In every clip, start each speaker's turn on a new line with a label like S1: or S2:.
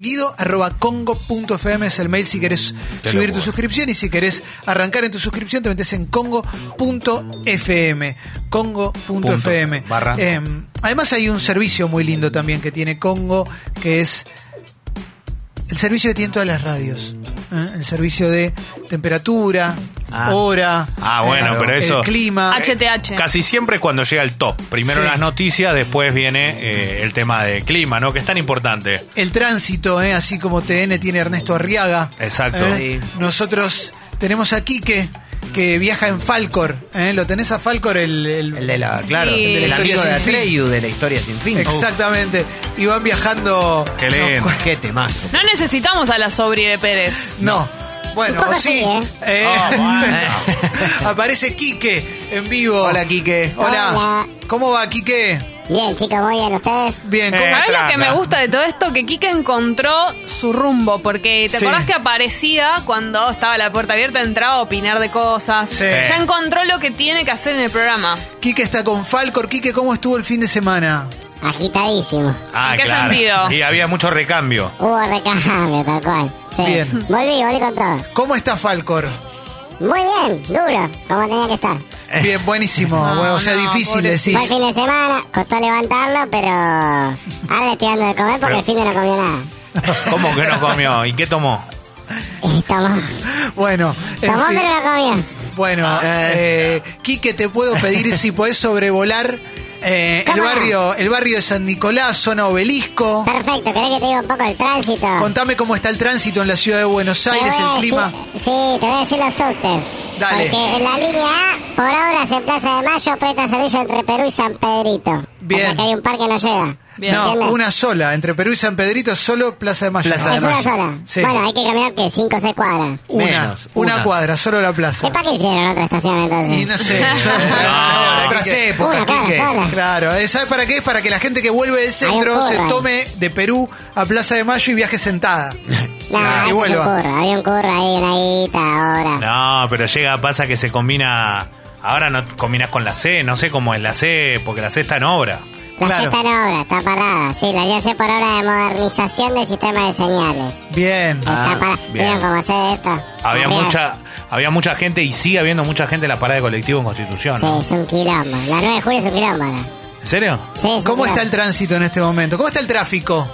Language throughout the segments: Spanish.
S1: Guido arroba congo.fm es el mail si querés
S2: Mm, Qué
S1: subir tu
S2: locura.
S1: suscripción y si querés arrancar en tu suscripción te metes en congo.fm congo.fm
S2: Punto, barra.
S1: Em, además hay un servicio muy lindo también que tiene Congo que es el servicio que tienen todas las radios ¿eh? el servicio de temperatura
S3: Ah.
S1: hora eh,
S2: Ah, bueno, pero eso-
S1: el clima
S4: Ah, HTH.
S2: Casi siempre cuando llega el top. Primero
S1: Sí.
S2: las noticias, después viene eh, el tema de clima, ¿no? Que es tan importante.
S1: el tránsito, ¿eh? así como TN tiene Ernesto Arriaga.
S2: Exacto.
S1: ¿eh? Nosotros tenemos a Quique, que viaja en Falcor. ¿eh? ¿Lo tenés a Falcor? El, el-
S3: El de la, claro,
S4: Sí.
S3: el del
S4: La
S3: amigo de
S1: historia sin fin.
S3: Atreyu, de la historia sin fin.
S1: Exactamente. Y van viajando...
S2: Qué lindo.
S3: Uf, qué temazo.
S4: No necesitamos a la sobri de Pérez.
S1: No. Bueno, o sí. ¿eh?
S2: Ah,
S1: Aparece Quique en vivo.
S3: Hola, Quique.
S2: Oh.
S1: Hola.
S4: Ah,
S5: Hola.
S1: ¿Cómo va, Quique?
S5: Bien, chicos, muy bien. ¿Ustedes?
S1: Bien. ¿cómo-
S2: Eh,
S4: ¿Sabes lo
S2: tranda.
S4: que me gusta de todo esto? Que Kike encontró su rumbo, porque ¿te
S1: Sí.
S4: acordás que aparecía cuando estaba la puerta abierta, entraba a opinar de cosas?
S1: Sí.
S4: Ya encontró lo que tiene que hacer en el programa.
S1: Quique está con Falcor. Quique, ¿cómo estuvo el fin de semana?
S5: Agitadísimo.
S2: Ah,
S4: ¿En qué sentido?
S2: Y había mucho recambio.
S5: Hubo recambio, tal cual. Sí.
S1: Bien.
S5: Volví, volví con todo.
S1: ¿Cómo está Falcor?
S5: Muy bien, duro, como tenía que estar.
S3: Eh.
S1: Bien, buenísimo.
S4: No,
S1: Bueno, o sea,
S4: no,
S1: difícil
S4: pobre-
S1: decís.
S5: Fue el fin de semana, costó levantarlo, pero ahora le estoy dando de comer porque
S2: Pero-
S5: el fin de no comió nada.
S2: ¿Cómo que no comió? ¿Y qué tomó?
S5: Y tomó.
S1: Bueno, en
S5: Tomó,
S1: fin.
S5: pero no comió.
S1: Bueno,
S3: Ah,
S1: eh, Quique, te puedo pedir si podés sobrevolar eh, el,
S5: ¿Cómo?
S1: barrio, el barrio de San Nicolás, zona obelisco.
S5: Perfecto, ¿querés que te diga un poco el tránsito?
S1: Contame cómo está el tránsito en la ciudad de Buenos
S5: Te
S1: Aires,
S5: voy a
S1: el
S5: decir-
S1: clima.
S5: Ah, Sí, te voy a decir los subtes.
S1: Dale.
S5: Porque en la línea A, por ahora, se en Plaza de Mayo presta servicio entre Perú y San Pedrito.
S1: Bien.
S5: O sea que hay un par que no llega.
S4: Bien.
S1: No,
S5: ¿Entiendes?
S1: una sola, entre Perú y San Pedrito, solo Plaza de Mayo.
S3: Plaza de
S5: Es
S1: ¿no?
S5: una
S3: Mayo.
S5: sola.
S1: Sí.
S5: Bueno, hay que caminar que 5 o 6 cuadras.
S1: Una,
S3: Menos,
S1: una
S3: una.
S1: cuadra, solo la
S5: ¿Qué
S1: plaza.
S5: para qué hicieron otra estación entonces?
S1: Y no sé, yo-
S3: No,
S1: no,
S3: otras
S1: Quique.
S3: épocas,
S5: Una cara
S3: Quique.
S5: sola.
S1: Claro, ¿eh? ¿sabes para qué? Es para que la gente que vuelve del centro se
S5: curro.
S1: tome de Perú a Plaza de Mayo y viaje sentada.
S5: No,
S1: Ah, y
S5: eso es un
S1: vuelva.
S5: curro. Había un curro ahí, una guita, ahora.
S2: No, pero llega, pasa que se combina. Ahora no combinas con la C, no sé cómo es la C, porque la C está en obra.
S5: La
S1: claro.
S5: está en obra, está parada. Sí, la haría hacer por obra de modernización del sistema de señales.
S1: Bien.
S3: Ah,
S5: está parada.
S2: bien.
S5: ¿Vieron cómo se ve esto?
S2: Había
S5: Arriba.
S2: mucha, había mucha gente y sigue habiendo mucha gente en la parada de colectivo en Constitución.
S5: Sí,
S2: ¿no?
S5: es un quilombo. La 9 de julio es un quilombo. ¿no?
S2: ¿En serio?
S5: Sí, es un
S1: ¿Cómo
S5: quilombo.
S1: está el tránsito en este momento? ¿Cómo está el tráfico?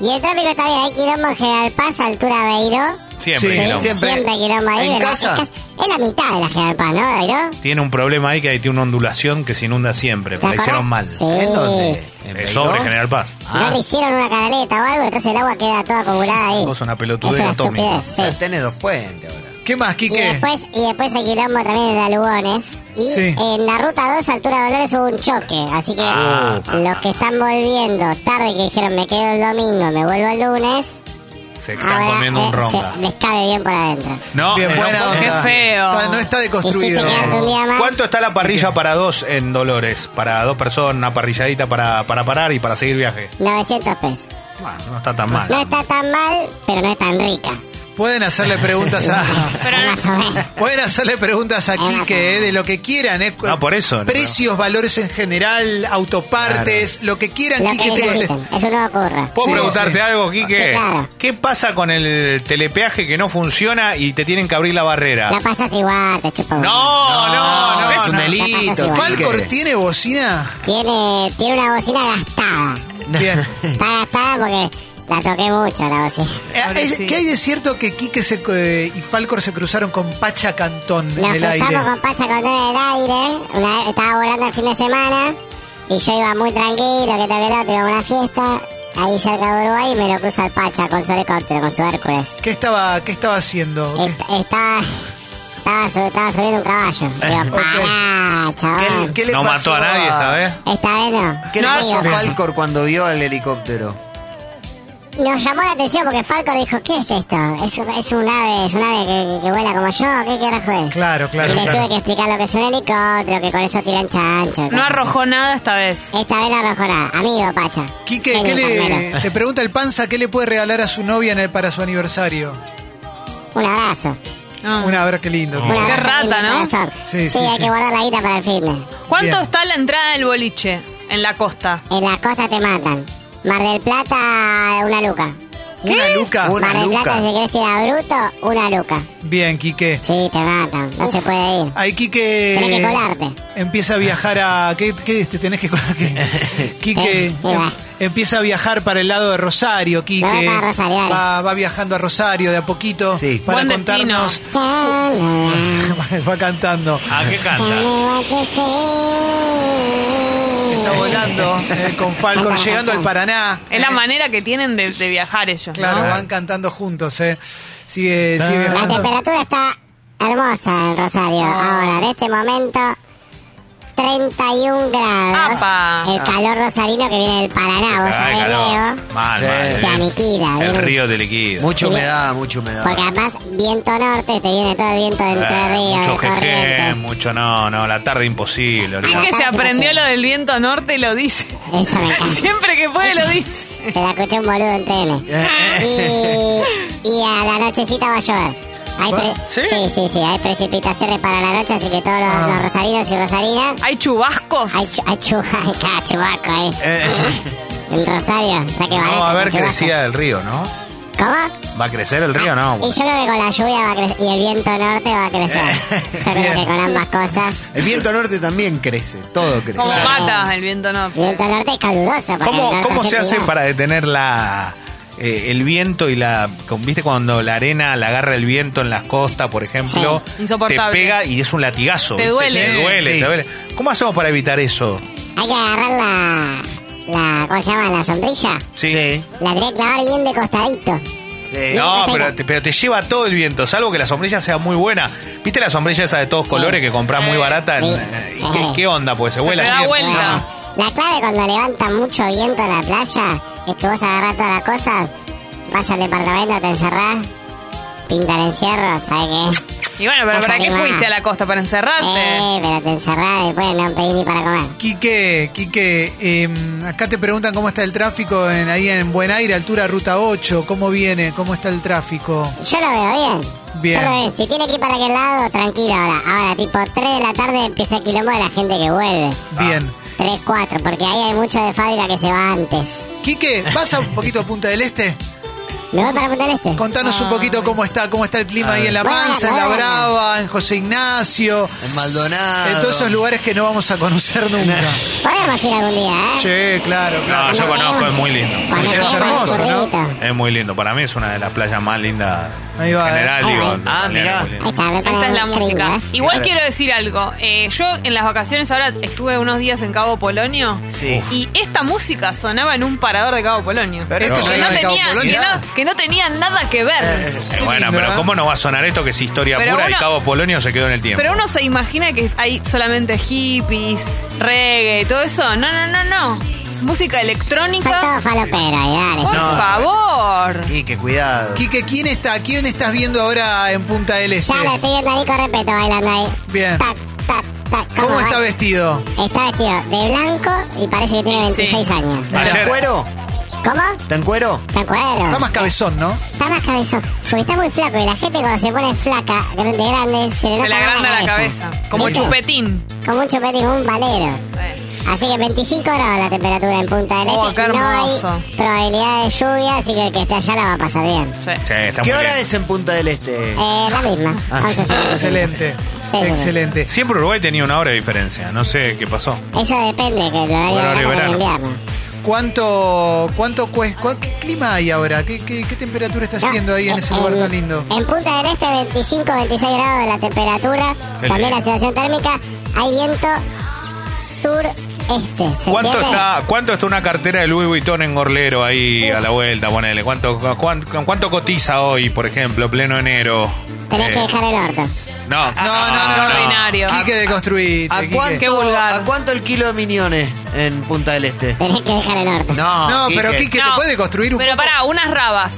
S5: Y el tráfico está bien. Hay quilombo en General Paz, altura Beiró.
S2: Siempre.
S1: Sí,
S2: digamos.
S1: siempre.
S5: Siempre, quilombo ahí.
S3: ¿En
S5: ¿verdad?
S3: casa?
S5: Es, casi- es la mitad de la General Paz, ¿no, Beiró?
S2: Tiene un problema ahí que ahí tiene una ondulación que se inunda siempre, porque la
S5: acordás?
S2: hicieron mal.
S5: Sí.
S3: ¿En dónde? ¿En Ah,
S2: Eh, sobre
S3: Peiró?
S2: General Paz.
S5: No le hicieron una canaleta o algo, entonces el agua queda toda acumulada ahí.
S2: Vos una pelotudera
S5: Es una
S2: atómica.
S5: estupidez, sí.
S3: Tenés dos puentes ahora.
S1: ¿Qué más,
S5: Y
S1: Quique?
S4: pues.
S5: después, y después el quilombo también en la Lugones. Y
S1: Sí.
S5: en la ruta 2, altura de Dolores, hubo un choque. Así que
S2: Ah.
S5: los que están volviendo tarde, que dijeron me quedo el domingo, me vuelvo el lunes,
S2: Se están
S5: ahora
S2: comiendo un
S5: eh,
S2: ronca.
S5: se les cabe bien por adentro.
S2: No,
S1: Bien,
S2: eh, no
S1: buena
S2: puedo-
S4: qué
S1: onda.
S4: feo.
S1: Está- no está deconstruido.
S5: Quisiste quedarte un día más.
S2: ¿Cuánto está la parrilla para dos en Dolores? Para dos personas, una parrilladita para, para parar y para seguir viaje.
S5: 900 pesos.
S2: Bueno, no está tan mal.
S5: No está tan mal, pero no es tan rica.
S1: Pueden hacerle preguntas a.
S4: Pero
S5: Más o menos.
S1: Pueden hacerle preguntas a Quique eh, de lo que quieran. eh.
S2: Ah, por eso, no,
S1: Precios, valores en general, autopartes, lo que quieran,
S5: Lo que
S1: Quique te
S5: necesiten. Es un nuevo curro.
S2: ¿Puedo
S1: Sí,
S2: preguntarte
S1: sí.
S2: algo, Quique?
S5: Sí, claro.
S2: ¿Qué pasa con el telepeaje que no funciona y te tienen que abrir la barrera?
S5: La pasas igual, te chupa un-
S2: No, no, no.
S3: Ah, es un
S2: no.
S3: delito.
S5: Igual
S1: ¿Falcor
S3: Quique.
S1: tiene bocina?
S5: Tiene, tiene una bocina gastada.
S1: Bien.
S5: Está gastada porque la toqué mucho la bocina.
S1: Eh,
S4: Ahora
S1: es-
S4: sí.
S1: ¿Qué hay de cierto que Quique se- eh, y Falcor se cruzaron con Pacha Cantón en
S5: Nos
S1: el aire?
S5: cruzamos con Pacha con todo el aire. Una vez estaba volando el fin de semana y yo iba muy tranquilo, que tal que el otro, iba a una fiesta. Ahí cerca de Uruguay y me lo cruza el Pacha con su helicóptero, con su Hércules.
S1: ¿Qué estaba, qué estaba haciendo? ¿Qué-
S4: Eh,
S5: Est- estaba, estaba, su- estaba subiendo un caballo. Digo, pará, chabón.
S3: ¿Qué le
S2: No
S3: pasó
S2: mató a nadie esta vez.
S5: Esta vez no.
S3: ¿Qué le
S5: No,
S3: pasó a
S5: digo,
S3: Falcor cuando vio el helicóptero?
S5: Nos llamó la atención porque Falcor dijo, ¿qué es esto? Es, un- es un ave, es un ave que, que- que vuela como yo, ¿qué carajo es?
S1: Claro, claro,
S5: y le
S1: claro.
S5: tuve que explicar lo que es un helicóptero, que con eso tiran chancho.
S4: no arrojó nada esta vez.
S5: Esta vez no arrojó nada. Amigo, Pacha.
S1: Quique,
S5: Genio,
S1: ¿qué le,
S5: Carmelo.
S1: te pregunta el panza qué le puede regalar a su novia en el, para su aniversario.
S5: Un abrazo. Ah.
S4: No.
S1: Una, a ver qué lindo.
S5: Un abrazo
S4: rata,
S5: lindo,
S4: ¿no?
S5: corazón.
S1: Sí, sí,
S5: Sí, hay
S1: sí.
S5: que guardar la guita para el fitness.
S4: ¿Cuánto
S1: Bien.
S4: está la entrada del boliche en la costa?
S5: En la costa te matan. Mar del Plata, una luca.
S1: ¿Una luca?
S3: Una
S5: Mar del Plata,
S3: luca.
S5: si querés ir a Bruto, una luca.
S1: Bien, Quique.
S5: Sí, te matan. No se puede ir.
S1: Ahí Quique
S5: Tenés que colarte.
S1: empieza a viajar a... ¿Qué, qué te tenés que colar? ¿Qué? Quique em,
S5: Eh, mira.
S1: empieza a viajar para el lado de Rosario, Quique.
S5: Me voy para Rosario, dale.
S1: va, va viajando a Rosario de a poquito
S3: Sí.
S1: para
S4: Buen
S1: contarnos... va cantando.
S2: ¿A Ah, qué cantas?
S1: Está volando eh, con Falcon, llegando al Paraná.
S4: Es la manera que tienen de, de viajar ellos. ¿no?
S1: Eh. Claro, van cantando juntos, ¿eh? Sigue, sigue
S5: La
S1: viajando.
S5: temperatura está hermosa en Rosario. Ahora, en este momento, 31 grados.
S4: ¡Apa!
S5: El calor rosarino que viene del Paraná, vos
S2: Ah. Ay,
S5: sabés,
S2: calor.
S5: Leo.
S2: Mal,
S3: Sí.
S2: mal.
S5: Te aniquila,
S2: El
S5: bien.
S2: río te liquida.
S3: Mucha
S5: Sí.
S3: humedad, mucha
S5: Porque
S3: humedad.
S5: además, viento norte, te viene todo el viento de Entre
S2: Eh,
S5: Ríos,
S2: mucho
S5: de
S2: jeje,
S5: corriente.
S2: mucho no, no, la tarde imposible.
S4: Es
S2: olvidate.
S4: que se aprendió lo del viento norte y lo dice.
S5: Eso me encanta.
S4: Siempre que puede lo dice.
S5: Se la escuché un boludo en TN. Y, y a la nochecita va a llover. Hay pre-
S2: ¿Sí? Ah.
S5: sí, sí, sí, hay precipitaciones para la noche, así que todos los, los rosarinos y rosarinas.
S4: Hay chubascos.
S5: Hay, chu- hay chu- hay cada chubaco ahí. En Rosario, está que barato.
S2: Eh, No, va a haber
S5: el chubaco.
S2: crecida del río, ¿no?
S5: ¿Cómo?
S2: ¿Va a crecer el río o no?
S5: Y yo creo que con la lluvia va a crecer y el viento norte va a
S2: Eh,
S5: crecer. Yo creo que con ambas cosas.
S3: El viento norte también crece, todo crece.
S4: Como
S5: Claro.
S4: mata el viento norte.
S5: Viento norte es caluroso. porque el
S2: ¿Cómo,
S5: norte
S2: cómo se hace
S5: argentino-
S2: para detener la eh, el viento y la con- viste cuando la arena la agarra el viento en las costas, por ejemplo,
S4: Sí.
S2: te
S4: Insoportable.
S2: pega y es un latigazo.
S4: Te
S2: ¿viste?
S4: duele.
S2: Te duele,
S3: Sí.
S2: te duele. ¿Cómo hacemos para evitar eso?
S5: Hay que agarrar la. la ¿Cómo se llama? La sombrilla.
S2: Sí.
S5: La tenés que clavar bien de costadito.
S2: No,
S3: sí.
S5: Bien,
S2: pero
S5: perfecto.
S2: te, pero te lleva todo el viento, salvo que la sombrilla sea muy buena. ¿Viste la sombrilla esa de todos colores que compras muy barata?
S5: Sí.
S2: Eh, ¿y ¿Qué, qué onda? Pues se, vuela.
S4: te da
S2: así.
S4: vuelta. Cuenta.
S5: La clave cuando levanta mucho viento en la playa es que vos agarrás todas las cosas, vas al departamento, te encerrás, pinta el encierro, ¿sabes qué?
S4: Y bueno, pero
S5: Vas
S4: ¿para qué
S5: arriba.
S4: fuiste a la costa? ¿Para encerrarte?
S5: Eh, pero te encerrás y después no pedís ni para comer.
S1: Quique, Quique, eh, acá te preguntan cómo está el tráfico en, ahí en Buen Aire, altura ruta 8, cómo viene, cómo está el tráfico.
S5: Yo lo veo bien.
S1: Bien.
S5: Yo lo veo. Si tiene que ir para aquel lado, tranquilo ahora. Ahora, tipo 3 de la tarde empieza el quilombo de la gente que vuelve.
S3: Ah.
S1: Bien.
S5: 3, 4, porque ahí hay mucho de fábrica que se va antes.
S1: Quique, ¿vas a un poquito a Punta del Este?
S5: ¿Me voy para Punta del Este?
S1: Contanos un poquito cómo está, cómo está el clima ahí en La Mansa, en La Brava, en José Ignacio,
S3: En Maldonado.
S1: en todos esos lugares que no vamos a conocer nunca.
S5: Podemos ir algún día, ¿eh?
S1: Sí, claro,
S2: No,
S1: claro.
S2: yo conozco, es muy lindo.
S5: Cuando
S1: Sí, es
S5: queremos
S1: hermoso,
S5: el
S1: ¿no?
S5: currito.
S2: Es muy lindo. Para mí es una de las playas más lindas.
S1: Ahí va,
S2: en general,
S5: eh.
S2: digo.
S5: Ah,
S2: de Balneario
S3: mirá.
S2: muy lindo.
S5: Ahí está, me ponen
S4: Esta es la
S5: un cringo,
S4: música.
S5: ¿eh?
S4: Igual
S3: Claro.
S4: quiero decir algo. Eh, yo en las vacaciones ahora estuve unos días en Cabo Polonio
S3: Sí. Eh,
S4: y esta música sonaba en un parador de Cabo Polonio.
S3: Pero
S1: Esto
S3: no,
S1: es
S4: Que
S1: el
S4: no,
S1: de Cabo
S4: tenía, que,
S1: Polonio.
S4: no, que no tenía nada que ver.
S2: Eh, bueno,
S1: lindo,
S2: pero
S1: ¿eh?
S2: ¿cómo no va a sonar esto que es historia
S4: Pero
S2: pura y
S4: uno-
S2: Cabo Polonio se quedó en el tiempo?
S4: Pero uno se imagina que hay solamente hippies, reggae, todo eso. No, no, no, no. Música
S5: Son
S4: electrónica.
S5: todos faloperos, ahí, dale.
S4: Por
S5: sí.
S3: No.
S4: favor.
S3: Y que cuidado.
S1: Quique, ¿quién está? ¿Quién estás viendo ahora en Punta del Este?
S5: Ya lo estoy viendo a Nico Repeto bailando ahí.
S1: Bien.
S5: Tac, tac, tac.
S1: ¿Cómo
S5: va?
S1: está vestido?
S5: Está vestido de blanco y parece que tiene 26 años.
S3: ¿Está
S2: Ayer-
S3: en cuero?
S5: ¿Cómo?
S3: ¿Está en cuero?
S5: Está cuero.
S1: Está más cabezón, ¿no?
S5: Está más cabezón. Porque está muy flaco y la gente cuando se pone flaca, de grande, se le
S4: Se le
S5: nota más
S4: agranda la cabeza. Como
S5: ¿Viste?
S4: chupetín.
S5: Como un chupete, como un valero.
S4: Eh,
S5: Así que 25 grados la temperatura en Punta del Este.
S4: Oh, qué
S5: y no hay
S4: hermoso.
S5: probabilidad de lluvia, así que el que esté allá la va a pasar bien.
S4: sí.
S2: Sí, está
S3: ¿Qué
S2: muy
S3: hora
S2: bien.
S3: es en Punta del Este?
S5: Eh, la misma.
S3: Ah.
S5: 11.55.
S1: Excelente.
S5: sí.
S1: Excelente.
S2: Siempre Uruguay tenía una hora de diferencia. No sé qué pasó.
S5: Eso depende, que el
S2: Horario
S5: horario de verano es
S2: verano.
S5: invierno.
S1: ¿Cuánto, cuánto cuesta? ¿Qué clima hay ahora? ¿Qué, qué, qué temperatura está
S5: No,
S1: haciendo ahí en ese lugar tan lindo?
S5: En Punta del Este, 25, 26 grados la temperatura.
S2: Qué
S5: también
S2: lindo.
S5: la sensación térmica. Hay viento sureste. ¿Se
S2: ¿Cuánto
S5: entiende?
S2: está, ¿Cuánto está una cartera de Louis Vuitton en Gorlero ahí a la vuelta? Ponele. ¿Cuánto, cuán- con cuánto cotiza hoy, por ejemplo, pleno enero?
S5: Tenés
S2: Eh,
S5: que dejar el orto.
S2: No,
S4: Ah,
S1: No, no, no. no.
S4: Ordinario.
S1: Quique de construir.
S3: ¿A
S4: Qué
S3: cuánto,
S4: vulgar.
S3: ¿A cuánto el kilo de miniones en Punta del Este?
S5: Tenés que dejar el orto.
S3: No,
S1: No, pero Quique, ¿te
S4: No.
S1: puede construir un
S4: Pero
S1: poco?
S4: pará, unas rabas.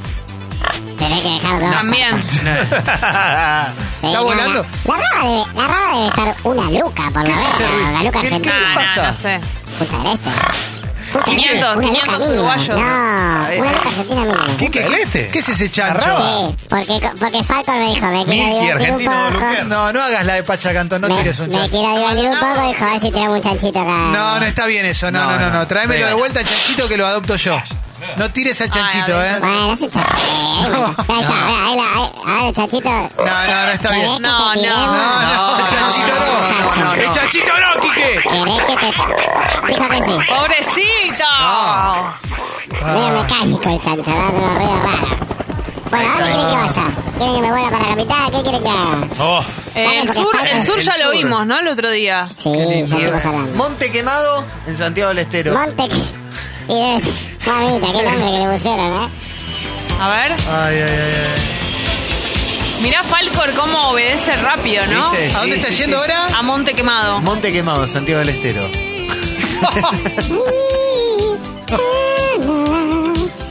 S5: Tenés que dejar dos.
S4: También.
S5: Sí,
S1: ¿Está
S5: no,
S1: volando?
S5: La, la raba debe, la raba debe estar una luca, por lo
S1: ¿Qué es ese
S5: menos.
S1: ruido?
S5: La luca
S1: ¿Qué- qué
S5: argentina.
S4: Nah, nah,
S1: pasa?
S4: Ah, no sé.
S5: Punta del Este. Puta
S4: 500,
S5: una luca
S4: 500
S5: mínimo.
S4: uruguayos.
S5: No, una luca argentina mínima.
S1: Quique,
S2: ¿Punta del
S1: Eh, ¿qué,
S2: Este?
S1: qué es ese chancho?
S5: Sí, porque, porque Falcon me dijo, me quiero
S2: Milky,
S5: divertir un
S2: argentino,
S5: poco.
S2: Luquier.
S1: No, no hagas la de Pachacantón, no
S5: me,
S1: tires un
S5: me
S1: chancho.
S5: quiero divertir un poco, dijo, a ver si tengo un chanchito acá.
S1: No, no está bien eso. No, no,
S3: No,
S1: no, no.
S3: no.
S1: Tráemelo de
S3: Feo.
S1: vuelta, chanchito, que lo adopto yo. No tires al chanchito,
S4: Ay, a
S1: ¿eh?
S5: Bueno, ese chachito. Ahí está, ahí, ahí, ahí, ahí, el chachito.
S1: No, no, no está bien.
S5: ¿Querés que te
S4: No, no.
S5: tiremos?
S1: No, no,
S3: No,
S1: el chanchito no.
S5: no, no,
S3: no.
S1: El chanchito no, Quique.
S5: ¿Querés que te.? Dijo que sí.
S4: ¡Pobrecito!
S1: Ah.
S5: Medio mecánico el chancho, ¿no? Hace unos ruidos raros. Bueno, ¿a dónde quieren que vaya? ¿Quieren que me vuelva para capital? ¿Qué quieren que haga?
S2: Oh,
S4: Eh, El
S5: Dale, porque
S4: sur,
S5: falta-
S4: el sur
S3: El
S4: ya lo
S3: sur.
S4: vimos, ¿no? El otro día.
S5: Sí, ya estamos hablando.
S3: Monte Quemado en Santiago del Estero.
S5: Monte. que- Y de... Mamita, qué nombre que le pusieron, ¿eh?
S4: A ver.
S1: Ay, ay, ay, ay.
S4: Mirá Falcor cómo obedece rápido, ¿no?
S3: ¿Viste?
S1: ¿A
S3: Sí,
S1: dónde está
S3: sí,
S1: yendo
S3: sí.
S1: ahora?
S4: A Monte Quemado.
S3: Monte Quemado, Santiago del Estero.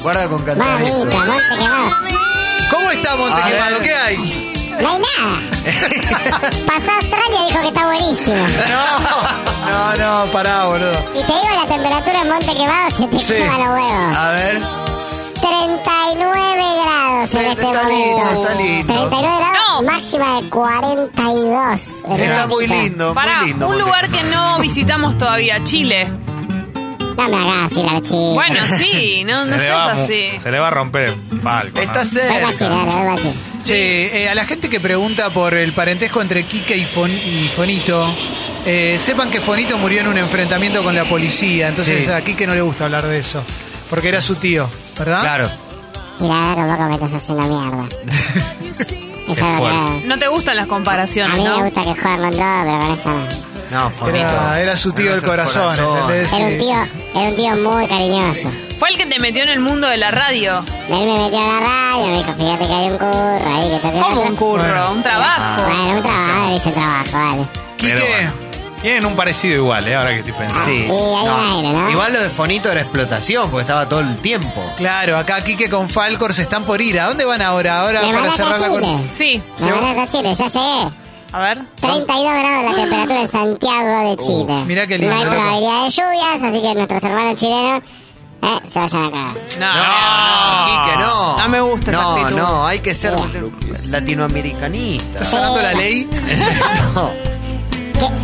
S3: Guarda con cantar eso.
S5: Mamita, monte quemado.
S1: ¿Cómo está Monte
S3: A
S1: Quemado?
S3: ver.
S1: ¿Qué hay?
S5: No hay nada. Pasó a Australia y dijo que está buenísimo.
S1: No, no, no, pará, boludo.
S5: Y te digo, la temperatura en Monte Quemado se te
S1: Sí.
S5: quema los huevos.
S3: A ver.
S5: 39 grados en
S3: Está-
S5: este
S3: está lindo,
S5: momento.
S3: está lindo.
S5: 39 grados,
S4: No.
S5: máxima de 42. en un
S3: Está muy
S5: ratito.
S3: lindo,
S4: Pará,
S3: muy lindo.
S4: un
S3: Monte
S4: lugar que no visitamos todavía, Chile.
S5: No me hagas ir al chile.
S4: Bueno, sí, no,
S2: se,
S4: no
S2: le
S4: seas
S2: va,
S4: así.
S2: se le va a romper Falco. ¿no?
S3: Está
S1: Ah,
S5: Voy a chile,
S3: cerca.
S5: dale, voy a chile.
S1: Che, eh, a la gente que pregunta por el parentesco entre Quique y, Fon- y Fonito, eh, sepan que Fonito murió en un enfrentamiento con la policía, entonces
S3: Sí.
S1: a Quique no le gusta hablar de eso, porque era su tío, ¿verdad?
S3: Claro.
S5: Mira, tampoco me estás haciendo mierda. Eso es lo que-
S4: No te gustan las
S5: A
S4: comparaciones,
S5: mí me
S4: ¿no?
S5: gusta que juegan con todo, pero con eso no.
S3: No, Fonito.
S1: Era, era su tío del
S3: Nuestro
S1: corazón, ¿entendés?
S5: Era un
S1: Sí.
S5: tío, era un tío muy cariñoso.
S4: Fue el que te metió en el mundo de la radio.
S5: Él me metió a la radio, me dijo, fíjate que hay un curro ahí que toque
S4: Como un curro,
S1: Bueno.
S4: un trabajo.
S5: Bueno, un trabajo, dice trabajo, vale.
S2: Pero
S1: Quique,
S2: bueno, tienen un parecido igual, ¿eh? ahora que estoy pensando.
S3: Sí.
S5: Y
S1: Eh,
S5: hay un aire, ¿no?
S3: Igual lo de Fonito era explotación, porque estaba todo el tiempo.
S1: claro, acá Quique con Falcor se están por ir. ¿A dónde van ahora? Ahora
S5: Me
S1: para
S5: mandaste a
S1: cerrar la
S5: Chile.
S1: con... Ah.
S4: Sí,
S5: Me mandaste a Chile, ya llegué.
S4: a ver.
S5: 32 grados la temperatura en Santiago de Chile.
S1: Uh, mirá qué lindo,
S5: No hay
S1: loco.
S5: probabilidad de lluvias, así que nuestros hermanos chilenos eh, se vayan acá.
S4: No.
S3: No, no, Quique, no.
S4: No me gusta esa
S3: No,
S4: actitud. Oh,
S3: no, hay que ser latinoamericanista.
S1: ¿Está sonando la ley?
S3: No.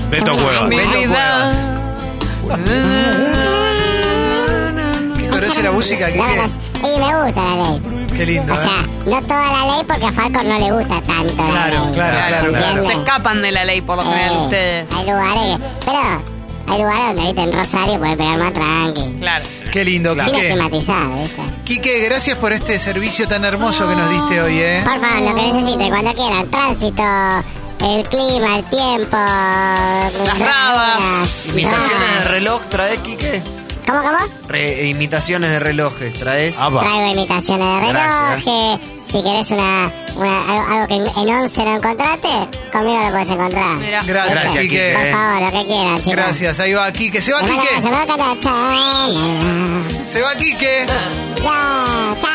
S2: Beto Cueva.
S4: Mi
S3: Beto
S4: vida. Mm.
S1: ¿Qué conoce la música, Quique?
S5: Y me gusta la ley.
S1: Qué lindo,
S5: O sea,
S1: ¿eh?
S5: no toda la ley porque a Falcon no le gusta tanto la
S1: Claro,
S5: ley.
S1: claro, claro,
S5: ¿Entiendes?
S1: claro. Oh.
S4: Se escapan de la ley por lo general
S5: Eh,
S4: ustedes.
S5: Hay lugares que. Pero hay lugares donde, viste, en Rosario puedes pegar más tranqui.
S4: Claro.
S1: Qué lindo,
S5: Sin
S1: Quique.
S5: estigmatizar, viste.
S1: Quique, gracias por este servicio tan hermoso que nos diste hoy, ¿eh?
S5: Por favor, lo que necesite, cuando quieran. Tránsito, el clima, el tiempo. Las
S4: rabas,
S3: Imitaciones de reloj trae Quique.
S5: ¿Cómo, cómo?
S3: Re- imitaciones de relojes traes.
S2: Ah, va.
S5: Traigo imitaciones de
S3: Gracias.
S5: relojes. Si querés una, una- algo, algo que en, en 11 no encontraste, conmigo lo puedes encontrar.
S4: Mirá.
S1: Gracias,
S3: Gracias,
S1: Quique.
S3: Quique.
S5: Por
S3: Eh.
S5: favor, lo que quieran, chicos.
S1: Gracias, ahí va Quique. Se va
S5: Se van a- se
S1: Quique.
S5: van a cantar.
S1: Se va Quique.
S5: Ya, chao.